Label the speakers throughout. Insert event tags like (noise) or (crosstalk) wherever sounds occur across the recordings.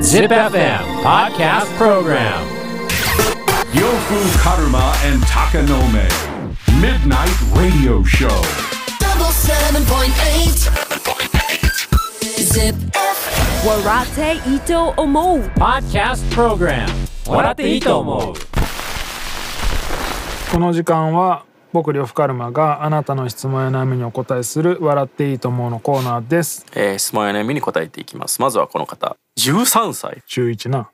Speaker 1: Zip FM Podcast Program
Speaker 2: Yofu Karuma and Takanome. Midnight Radio Show.
Speaker 3: double seven point eight. Zip.
Speaker 4: Warate Ito Omo
Speaker 1: Podcast Program 笑っていいと思う
Speaker 5: この時間は僕呂布カルマがあなたの質問や悩みにお答えする「笑っていいと思う」のコーナーです
Speaker 6: えー質問や悩みに答えていきますまずはこの方13歳
Speaker 5: 中一な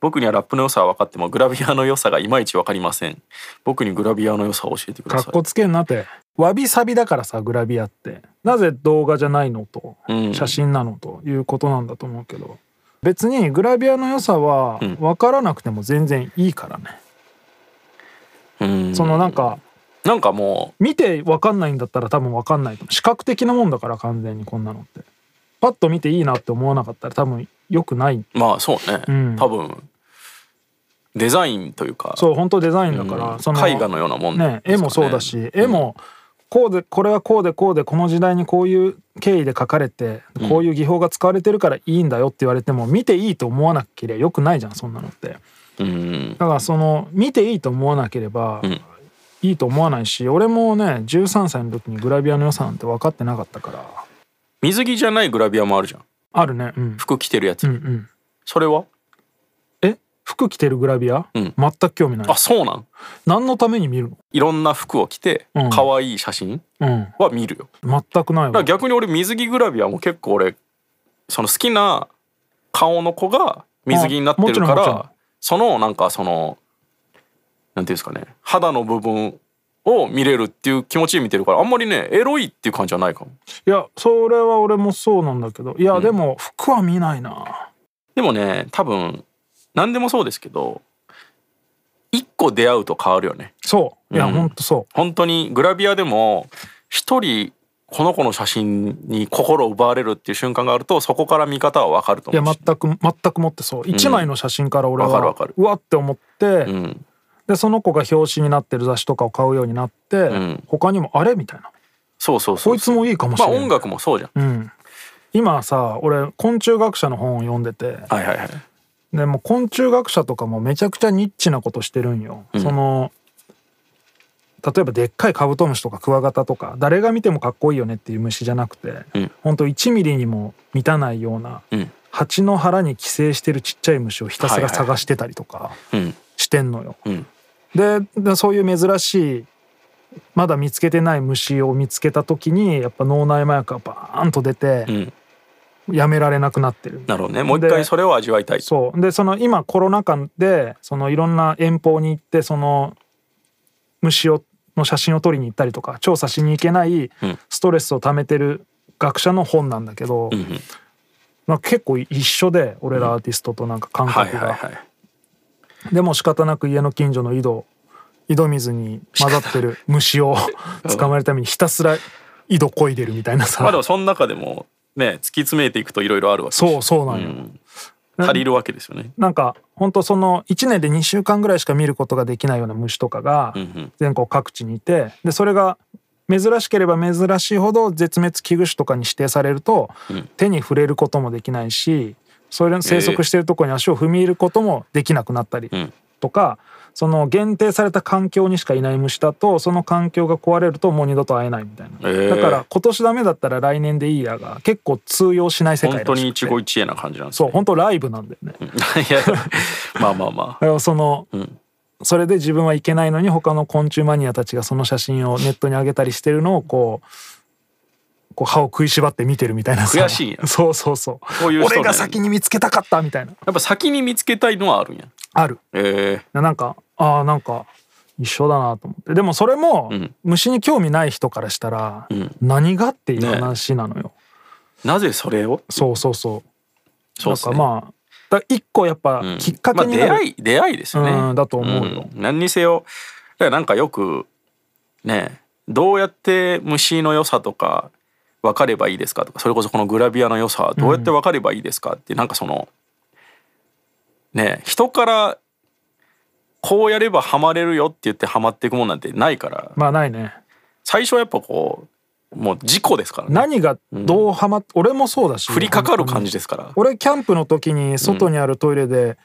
Speaker 6: 僕にはラップの良さは分かってもグラビアの良さがいまいち分かりません僕にグラビアの良さを教えてく
Speaker 5: か
Speaker 6: だ
Speaker 5: っ
Speaker 6: さい
Speaker 5: こつけんなってわびさびだからさグラビアってなぜ動画じゃないのと
Speaker 6: うん
Speaker 5: 写真なのということなんだと思うけど別にグラビアの良さは
Speaker 6: ん
Speaker 5: 分からなくても全然いいからね
Speaker 6: うん
Speaker 5: そのなんか
Speaker 6: なんかも
Speaker 5: 見て分かんないんだったら多分分かんないと思う視覚的なもんだから完全にこんなのってパッと見ていいなって思わなかったら多分良くないう
Speaker 6: まあそうね、
Speaker 5: うん
Speaker 6: 多分デザインというか
Speaker 5: そう本当デザインだから、
Speaker 6: うん
Speaker 5: その
Speaker 6: 絵画のようなも (laughs) んですかね
Speaker 5: ね絵もそうだし、絵もこうでこれはこうでこうでこの時代にこういう経緯で描かれてこういう技法が使われてるからいいんだよって言われても見ていいと思わなければよくないじゃんそんなのってだ
Speaker 6: うん
Speaker 5: からその見ていいと思わなければ、
Speaker 6: ん
Speaker 5: いいと思わないし俺もね13歳の時にグラビアの良さなんて分かってなかったから
Speaker 6: 水着じゃないグラビアもあるじゃん
Speaker 5: あるねうん
Speaker 6: 服着てるやつ、
Speaker 5: うんうん
Speaker 6: それは
Speaker 5: え服着てるグラビア、
Speaker 6: うん
Speaker 5: 全く興味ない
Speaker 6: あそうなん
Speaker 5: 何のために見るの
Speaker 6: いろんな服を着て
Speaker 5: うん
Speaker 6: 可愛い写真
Speaker 5: うん
Speaker 6: は見るよ、
Speaker 5: 全くない
Speaker 6: だから
Speaker 5: わ
Speaker 6: 逆に俺水着グラビアも結構俺その好きな顔の子が水着になってる
Speaker 5: あ
Speaker 6: か
Speaker 5: もちろんもちろん
Speaker 6: らそのなんかそのなんていうんですかね肌の部分を見れるっていう気持ちで見てるからあんまりねエロいっていう感じはないかも
Speaker 5: いやそれは俺もそうなんだけどいや、でも服は見ないな
Speaker 6: でもね多分何でもそうですけど一個出会うと変わるよね
Speaker 5: そういや、
Speaker 6: うん
Speaker 5: ほんとそ
Speaker 6: 本当にグラビアでも一人この子の写真に心を奪われるっていう瞬間があるとそこから見方は分かると
Speaker 5: うい
Speaker 6: 思
Speaker 5: や
Speaker 6: うし
Speaker 5: 全く全くもってそう一枚の写真から俺は、
Speaker 6: わかるわかる
Speaker 5: うわって思って、
Speaker 6: うん
Speaker 5: でその子が表紙になってる雑誌とかを買うようになって、
Speaker 6: ん
Speaker 5: 他にもあれみたいな
Speaker 6: そうそうそ
Speaker 5: こ
Speaker 6: う
Speaker 5: いつもいいかもし
Speaker 6: まあ
Speaker 5: れない、
Speaker 6: 音楽もそうじゃん。
Speaker 5: うん今さ俺昆虫学者の本を読んでて
Speaker 6: はいはいはい。
Speaker 5: でもう昆虫学者とかもめちゃくちゃニッチなことしてるんよ、その例えばでっかいカブトムシとかクワガタとか誰が見てもかっこいいよねっていう虫じゃなくて、
Speaker 6: うん
Speaker 5: ほんと1ミリにも満たないような、
Speaker 6: うん
Speaker 5: 蜂の腹に寄生してるちっちゃい虫をひたすら探してたりとか
Speaker 6: うん
Speaker 5: してんのよ。
Speaker 6: うん
Speaker 5: ででそういう珍しいまだ見つけてない虫を見つけた時にやっぱ脳内麻薬がバーンと出て
Speaker 6: うん。
Speaker 5: やめられなくなってる。
Speaker 6: なるほどね。もう一回それを味わいたい。
Speaker 5: そうでその今コロナ禍でそのいろんな遠方に行ってその虫をの写真を撮りに行ったりとか調査しに行けない
Speaker 6: うん
Speaker 5: ストレスを溜めてる学者の本なんだけど、
Speaker 6: うんうん。
Speaker 5: なんか結構一緒で俺らアーティストとなんか感
Speaker 6: はい
Speaker 5: 覚
Speaker 6: はい
Speaker 5: が。
Speaker 6: はい。
Speaker 5: でも仕方なく家の近所の井戸井戸水に混ざって
Speaker 6: (laughs)
Speaker 5: る虫を (laughs) 捕まえるためにひたすら井戸こいでるみたいな
Speaker 6: まあで
Speaker 5: さ
Speaker 6: もその中でもね突き詰めていくといろいろあるわけ。
Speaker 5: そうそうなんよ。
Speaker 6: ん。足りるわけですよね。
Speaker 5: なんか本当その1年で2週間ぐらいしか見ることができないような虫とかが
Speaker 6: んうん
Speaker 5: 全国各地にいてでそれが珍しければ珍しいほど絶滅危惧種とかに指定されると手に触れることもできないしそれ生息してるとこに足を踏み入れることもできなくなったり
Speaker 6: ん
Speaker 5: とかその限定された環境にしかいない虫だとその環境が壊れるともう二度と会えないみたい
Speaker 6: えー
Speaker 5: なだから今年ダメだったら来年でいいやが結構通用しない世界ら
Speaker 6: 本
Speaker 5: しくて
Speaker 6: 当に一期一会な感じなんです
Speaker 5: そう
Speaker 6: ね。
Speaker 5: 本当ライブなんだよね。
Speaker 6: (laughs) いやまあまあま
Speaker 5: だからその、
Speaker 6: ん
Speaker 5: それで自分はいけないのに他の昆虫マニアたちがその写真をネットに上げたりしてるのをこうこう歯を食いしばって見てるみたいなさ
Speaker 6: 悔しいんや
Speaker 5: (laughs) そうそうそう
Speaker 6: そういう人ね
Speaker 5: 俺が先に見つけたかったみたいな
Speaker 6: あ。やっぱ先に見つけたいのはあるんや。
Speaker 5: ある
Speaker 6: ええ。
Speaker 5: なんかああなんか一緒だなと思ってでもそれも、
Speaker 6: ん
Speaker 5: 虫に興味ない人からしたら、
Speaker 6: ん
Speaker 5: 何がっていう話なのよ、
Speaker 6: なぜそれを？
Speaker 5: そうそうそう
Speaker 6: そ
Speaker 5: だ
Speaker 6: うっす
Speaker 5: か
Speaker 6: ね
Speaker 5: らまあだから一個やっぱ
Speaker 6: うん
Speaker 5: きっかけになる、
Speaker 6: まあ、出会い出会いですよね、
Speaker 5: うんだと思うよ
Speaker 6: ん何にせよだからなんかよくねどうやって虫の良さとか分かればいいですかとかそれこそこのグラビアの良さどうやって分かればいいですかって、なんかそのね人からこうやればハマれるよって言ってハマっていくもんなんてないから
Speaker 5: まあないね
Speaker 6: 最初はやっぱこうもう事故ですからね
Speaker 5: 何がどうはまっ、俺もそうだし
Speaker 6: 降りかかる感
Speaker 5: じ
Speaker 6: じですから
Speaker 5: 俺キャンプの時に外にあるトイレで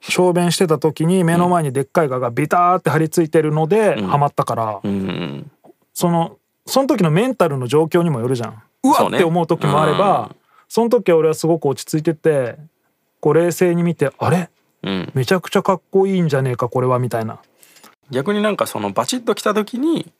Speaker 5: 小便してた時に目の前にでっかいガがビターって張り付いてるのでハマったから、
Speaker 6: うん
Speaker 5: そのその時のメンタルの状況にもよるじゃんう
Speaker 6: そ
Speaker 5: わ
Speaker 6: う
Speaker 5: っ
Speaker 6: ね
Speaker 5: て思う時もあればその時は俺はすごく落ち着いててこう冷静に見てあれ
Speaker 6: うん
Speaker 5: めちゃくちゃかっこいいんじゃねえかこれはみたいな
Speaker 6: 逆になんかそのバチッときた時に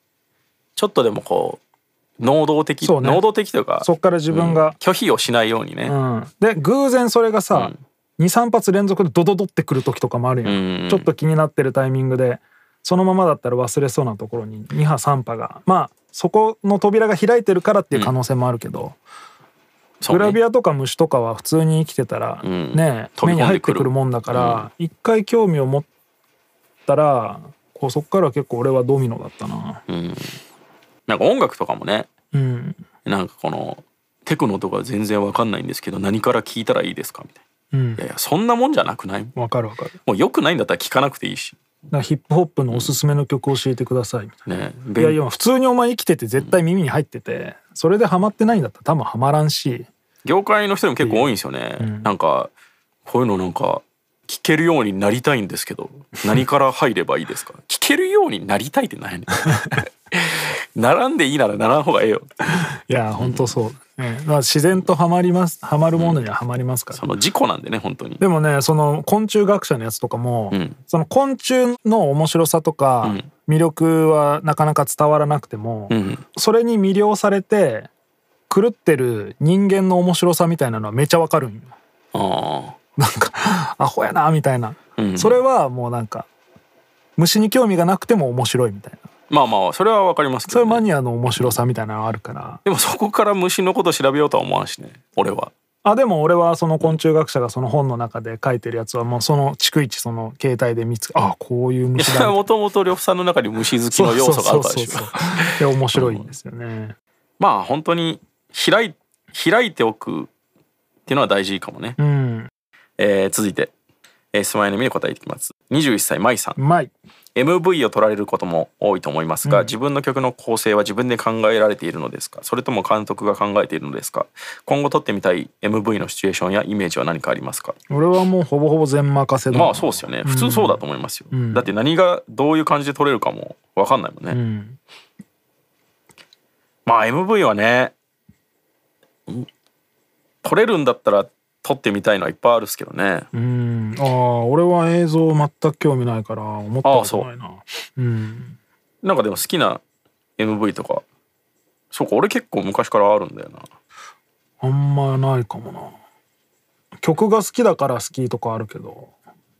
Speaker 6: ちょっとでもこう能動的、
Speaker 5: そうね
Speaker 6: 能動的というか
Speaker 5: そっから自分が、
Speaker 6: 拒否をしないようにね、
Speaker 5: うん、で偶然それがさ、23発連続でドドドってくる時とかもあるよ、
Speaker 6: うん
Speaker 5: ちょっと気になってるタイミングでそのままだったら忘れそうなところに2波3波がまあそこの扉が開いてるからっていう可能性もあるけど、
Speaker 6: そう
Speaker 5: グ
Speaker 6: ね
Speaker 5: ラビアとか虫とかは普通に生きてたら、
Speaker 6: ん
Speaker 5: ね
Speaker 6: 飛
Speaker 5: 目
Speaker 6: び
Speaker 5: に
Speaker 6: 込ん
Speaker 5: 入
Speaker 6: で
Speaker 5: っ
Speaker 6: く
Speaker 5: て
Speaker 6: る
Speaker 5: くるもんだから一、回興味を持ったらこうそっから結構俺はドミノだったな。
Speaker 6: なんか音楽とかもね
Speaker 5: うん
Speaker 6: なんかこのテクノとか全然わかんないんですけど何から聞いたらいいですかみたいな、いやいやそんなもんじゃなくない
Speaker 5: わかるわかる。だか
Speaker 6: もう良くないんだったら聞かなくていいし
Speaker 5: らヒップホップのおすすめの曲教えてくださいみたいな。
Speaker 6: ね
Speaker 5: いやいや普通にお前生きてて絶対耳に入っててそれでハマってないんだったら多分ハマらんし
Speaker 6: 業界の人でも結構多いんですよね、なんかこういうのなんか聞けるようになりたいんですけど何から入ればいい (laughs) ですか聞けるようになりたいって何やね (laughs) んならんでいいならならん方がええよ
Speaker 5: いや本当そう、うんまあ、自然とハマりますハマるものにはハマりますから、
Speaker 6: その事故なんでね本当に
Speaker 5: でもねその昆虫学者のやつとかも、
Speaker 6: ん
Speaker 5: その昆虫の面白さとか
Speaker 6: ん
Speaker 5: 魅力はなかなか伝わらなくても、
Speaker 6: うん
Speaker 5: それに魅了されて狂ってる人間の面白さみたいなのはめちゃわかるんよ
Speaker 6: あ
Speaker 5: なんかアホやなみたいな、
Speaker 6: あ、うん、
Speaker 5: それはもうなんか虫に興味がなくても面白いみたいな
Speaker 6: まあまあそれはわかりますけ
Speaker 5: そうい
Speaker 6: ど、
Speaker 5: うマ
Speaker 6: ね、
Speaker 5: ニアの面白さみたいなのあるから
Speaker 6: でもそこから虫のこと調べようとは思わんしね俺は
Speaker 5: あでも俺はその昆虫学者がその本の中で書いてるやつはもうその逐一その携帯で見つけあこういう
Speaker 6: いや
Speaker 5: 虫
Speaker 6: それは
Speaker 5: だ
Speaker 6: もともと呂布さんの中に虫好きの要素があったでしょ
Speaker 5: で面白いんですよね
Speaker 6: まあ本当に開い開いておくっていうのは大事かもね
Speaker 5: うん
Speaker 6: えー続いて、えー、スマイルミに答えていきます21歳マイさん
Speaker 5: うまい
Speaker 6: MV を取られることも多いと思いますが、自分の曲の構成は自分で考えられているのですかそれとも監督が考えているのですか今後撮ってみたい MV のシチュエーションやイメージは何かありますか
Speaker 5: 俺はもうほぼほぼ全任せだ
Speaker 6: まあそうですよね普通そうだと思いますよ、だって何がどういう感じで撮れるかも分かんないもんね、
Speaker 5: うん
Speaker 6: まあ MV はねうん撮れるんだったら撮ってみたいのはいっぱいあるっすけどね、
Speaker 5: うんああ俺は映像全く興味ないから思ったことないなうん
Speaker 6: なんかでも好きな MV とかそうか俺結構昔からあるんだよな
Speaker 5: あんまないかもな曲が好きだから好きとかあるけど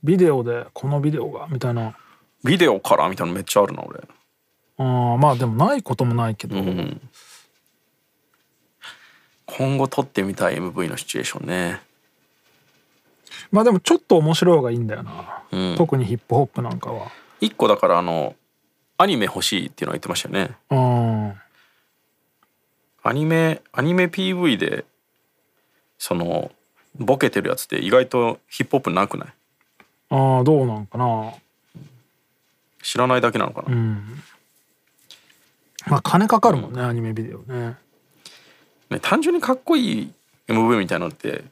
Speaker 5: ビデオでこのビデオがみたいな
Speaker 6: ビデオからみたいなのめっちゃあるな俺
Speaker 5: あーまあでもないこともないけど、
Speaker 6: うん今後撮ってみたい MV のシチュエーションね
Speaker 5: まあでもちょっと面白い方がいいんだよな、
Speaker 6: ん
Speaker 5: 特にヒップホップなんかは
Speaker 6: 一個だからあのアニメ欲しいっていうのは言ってましたよね
Speaker 5: うん
Speaker 6: アニメアニメ PV でそのボケてるやつって意外とヒップホップなくない
Speaker 5: ああどうなんかな
Speaker 6: 知らないだけなのかな、
Speaker 5: うんまあ金かかるもんね、アニメビデオね
Speaker 6: ね、単純にかっこいい MV みたいなのって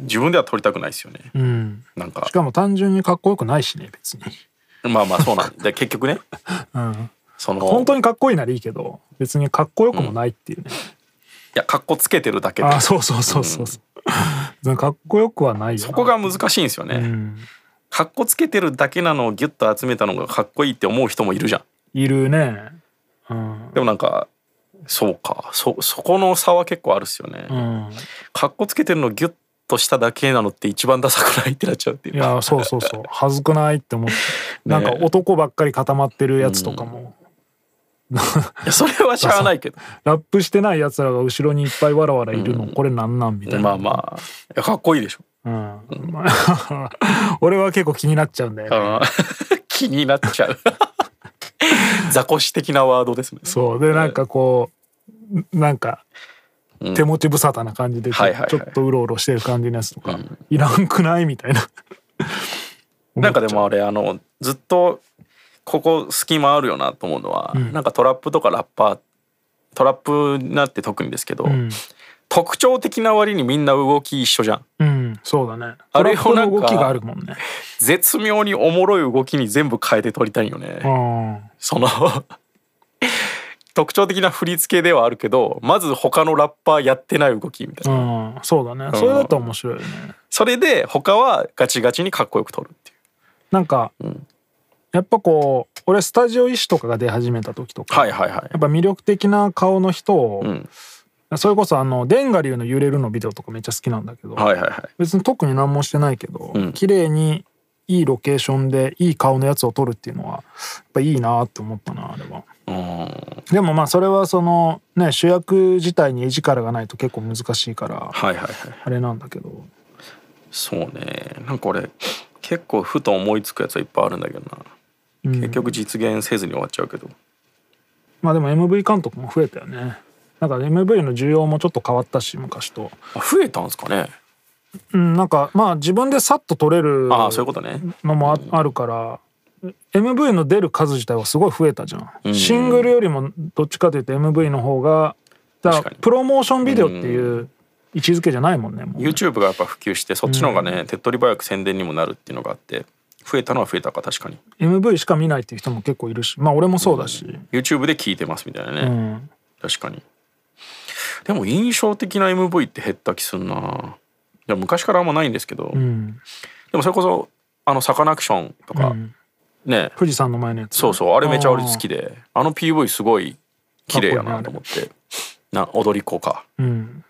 Speaker 6: 自分では撮りたくないですよね
Speaker 5: うん
Speaker 6: なんか
Speaker 5: しかも単純にかっこよくないしね別に、
Speaker 6: まあまあそ
Speaker 5: (laughs)
Speaker 6: うなんで結局ね
Speaker 5: うん、
Speaker 6: その
Speaker 5: 本当にかっこいいならいいけど別にかっこよくもないっていうね、
Speaker 6: いや格好つけてるだけで
Speaker 5: ああそうそうそうそうそう、かっこよくはないよな
Speaker 6: そこが難しいんですよね、
Speaker 5: うん
Speaker 6: 格好つけてるだけなのをギュッと集めたのがかっこいいって思う人もいるじゃん
Speaker 5: いるねうん、
Speaker 6: でもなんかそうかそそこの差は結構あるっすよね、
Speaker 5: うん、
Speaker 6: かっこつけてるのをギュッとしただけなのって一番ダサくないってなっちゃうっていう
Speaker 5: いやそうそうそう恥ずくないって
Speaker 6: (laughs)
Speaker 5: 思ってなんか男ばっかり固まってるやつとかも、
Speaker 6: いやそれはしゃあないけど
Speaker 5: ラップしてないやつらが後ろにいっぱいわらわらいるの、これなんなんみたい
Speaker 6: ま
Speaker 5: な、
Speaker 6: あまあいやかっこいいでしょ
Speaker 5: うん (laughs) まあ俺は結構気になっちゃうんだよね、
Speaker 6: あー (laughs) 気になっち
Speaker 5: (laughs)
Speaker 6: ゃう雑魚視的なワードですね
Speaker 5: そうでなんかこうなんか手持ち無沙汰な感じでちょ,、
Speaker 6: はいはいはい
Speaker 5: ちょっとうろうろしてる感じのやつとか、いらんくないみたいな (laughs)
Speaker 6: なんかでもあれあのずっとここ隙間あるよなと思うのは、なんかトラップとかラッパートラップなって特にですけど、
Speaker 5: うん
Speaker 6: 特徴的な割にみんな動き一緒じゃん
Speaker 5: うんそうだね
Speaker 6: あ
Speaker 5: トラ
Speaker 6: れ
Speaker 5: ップ
Speaker 6: をなんか
Speaker 5: の動きがあるもんね
Speaker 6: 絶妙におもろい動きに全部変えて撮りたいよね、
Speaker 5: うん
Speaker 6: その (laughs) 特徴的な振り付けではあるけどまず他のラッパーやってない動きみたいな、
Speaker 5: うんそうだねそれだと面白いよね
Speaker 6: それで他はガチガチにかっこよく撮るっていう
Speaker 5: なんかやっぱこう俺スタジオ医師とかが出始めた時とか
Speaker 6: はいはいはい
Speaker 5: やっぱ魅力的な顔の人を、
Speaker 6: ん
Speaker 5: それこそあのデンガ流の揺れるのビデオとかめっちゃ好きなんだけど、
Speaker 6: はいはいはい
Speaker 5: 別に特に何もしてないけど、
Speaker 6: うん
Speaker 5: 綺麗にいいロケーションでいい顔のやつを撮るっていうのはやっぱいいなって思ったなあれは。
Speaker 6: うん
Speaker 5: でもまあそれはそのね主役自体に絵力がないと結構難しいから
Speaker 6: はいはいはい
Speaker 5: あれなんだけど
Speaker 6: そうねなんか俺結構ふと思いつくやつはいっぱいあるんだけどな、結局実現せずに終わっちゃうけど
Speaker 5: まあでも MV 監督も増えたよね。なんか MV の需要もちょっと変わったし昔と、
Speaker 6: あ増えたんですかね
Speaker 5: うん、なんかまあ自分でさっと撮れる
Speaker 6: ああそういうことね
Speaker 5: のもああるから。MV の出る数自体はすごい増えたじゃん、シングルよりもどっちかというと MV の方がだ
Speaker 6: 確
Speaker 5: か
Speaker 6: からに
Speaker 5: プロモーションビデオっていう位置づけじゃないもんねもうね
Speaker 6: YouTube がやっぱ普及してそっちの方がね、手っ取り早く宣伝にもなるっていうのがあって増えたのは増えたか確かに
Speaker 5: MV しか見ないっていう人も結構いるしまあ俺もそうだし、
Speaker 6: YouTube で聞いてますみたいなね、
Speaker 5: うん、
Speaker 6: 確かにでも印象的な MV って減った気すんないや昔からあんまないんですけど、
Speaker 5: うん、
Speaker 6: でもそれこそあのサカナクションとか、ね
Speaker 5: 富士山の前のやつ
Speaker 6: そうそうあれめちゃ俺好きであの PV すごい綺麗やなと思ってな踊り子か
Speaker 5: うん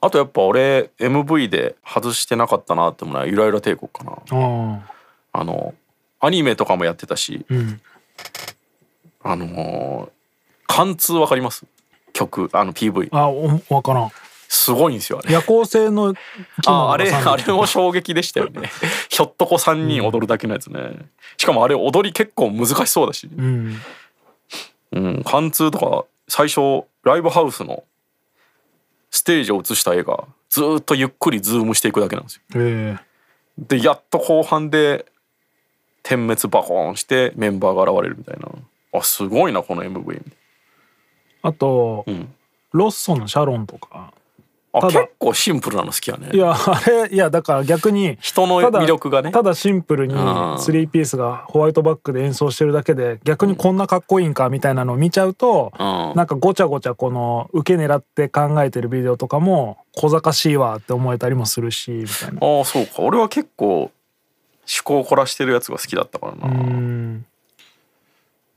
Speaker 6: あとやっぱ俺 MV で外してなかったなってものはゆらゆら帝国かな
Speaker 5: あ
Speaker 6: あのアニメとかもやってたし、
Speaker 5: あうん
Speaker 6: あのー貫通わかります曲あの PV
Speaker 5: あお分からん
Speaker 6: すごいんですよあれ
Speaker 5: 夜行性の
Speaker 6: ああれあ
Speaker 5: れ
Speaker 6: れも衝撃でしたよねひょっとこ3人踊るだけのやつね、しかもあれ踊り結構難しそうだし、
Speaker 5: うん
Speaker 6: うん、貫通とか最初ライブハウスのステージを映した絵がずーっとゆっくりズームしていくだけなんですよ
Speaker 5: ええ
Speaker 6: でやっと後半で点滅バコーンしてメンバーが現れるみたいなあすごいなこの MV
Speaker 5: あと、
Speaker 6: ん
Speaker 5: ロッソのシャロンとか
Speaker 6: あ
Speaker 5: ただ
Speaker 6: 結構シンプルなの好きやね
Speaker 5: いやあれいやだから逆に
Speaker 6: 人の
Speaker 5: ただ
Speaker 6: 魅力がね
Speaker 5: ただシンプルに
Speaker 6: ん
Speaker 5: 3ピースがホワイトバックで演奏してるだけで逆にこんなかっこいいんかみたいなのを見ちゃうと、
Speaker 6: ん
Speaker 5: なんかごちゃごちゃこの受け狙って考えてるビデオとかも小賢しいわって思えたりもするしみたいな。
Speaker 6: ああそうか俺は結構趣向を凝らしてるやつが好きだったからな、
Speaker 5: うん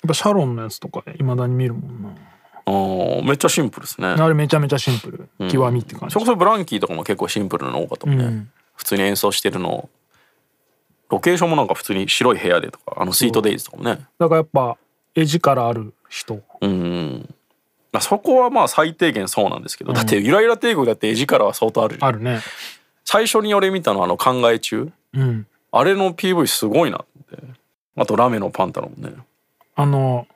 Speaker 5: やっぱシャロンのやつとかいまだに見るもんな
Speaker 6: あーめっちゃシンプルですね
Speaker 5: あれめちゃめちゃシンプル、極みって感じ
Speaker 6: それこそブランキーとかも結構シンプルなの多かったもんね、
Speaker 5: うん
Speaker 6: 普通に演奏してるのをロケーションもなんか普通に白い部屋でとかあのスイートデイズとかもね
Speaker 5: だからやっぱ絵力ある人
Speaker 6: うんうんまあそこはまあ最低限そうなんですけど、だってゆらゆら帝国だって絵力は相当あるじゃん
Speaker 5: あるね
Speaker 6: 最初に俺見たのはあの考え中
Speaker 5: うん
Speaker 6: あれの PV すごいなってあとラメのパンタロンもね
Speaker 5: あの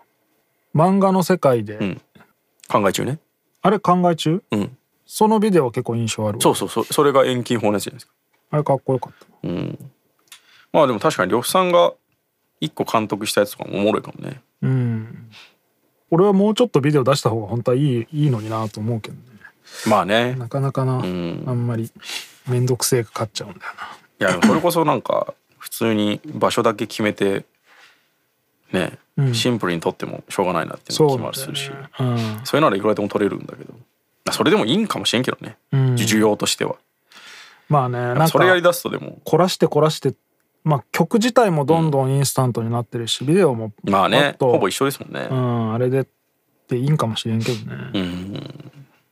Speaker 5: 漫画の世界で、
Speaker 6: ん考え中ね
Speaker 5: あれ考え中
Speaker 6: うん
Speaker 5: そのビデオは結構印象あるわ
Speaker 6: そうそうそうそれが遠近法のやつじゃないですか
Speaker 5: あれかっこよかった
Speaker 6: まあでも確かに呂布さんが一個監督したやつとかもおもろいかもね
Speaker 5: うん俺はもうちょっとビデオ出した方が本当はいいいいのになと思うけどね
Speaker 6: まあね
Speaker 5: なかなかな、
Speaker 6: ん
Speaker 5: あんまり面倒くせえが勝っちゃうんだよない
Speaker 6: やそれこそなんか普通に場所だけ決めてね、シンプルに撮ってもしょうがないなっていうの
Speaker 5: そ
Speaker 6: も
Speaker 5: うなん
Speaker 6: 気も
Speaker 5: だ
Speaker 6: す
Speaker 5: よ
Speaker 6: るし
Speaker 5: ね
Speaker 6: そう,、いうならいくらでも撮れるんだけどまあそれでもいいんかもしれんけどね、
Speaker 5: ん
Speaker 6: 需要としては
Speaker 5: まあねなん
Speaker 6: それやり
Speaker 5: か
Speaker 6: だすとでも
Speaker 5: 凝らして凝らしてまあ曲自体もどんどんインスタントになってるし、ビデオも
Speaker 6: まあ
Speaker 5: も
Speaker 6: ね
Speaker 5: っと
Speaker 6: ほぼ一緒ですもんね
Speaker 5: う、んあれでっていいんかもしれんけどね、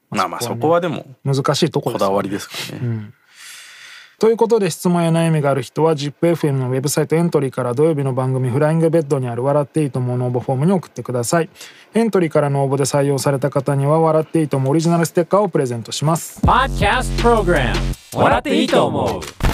Speaker 6: まあまあそこはでも
Speaker 5: 難しいとこ
Speaker 6: こ
Speaker 5: ですよ
Speaker 6: だわりですからね、
Speaker 5: ということで質問や悩みがある人は ZIPFM のウェブサイトエントリーから土曜日の番組「フライングベッド」にある「笑っていいとも」の応募フォームに送ってくださいエントリーからの応募で採用された方には「笑っていいとも」オリジナルステッカーをプレゼントします
Speaker 1: Podcast Program 笑っていいと思う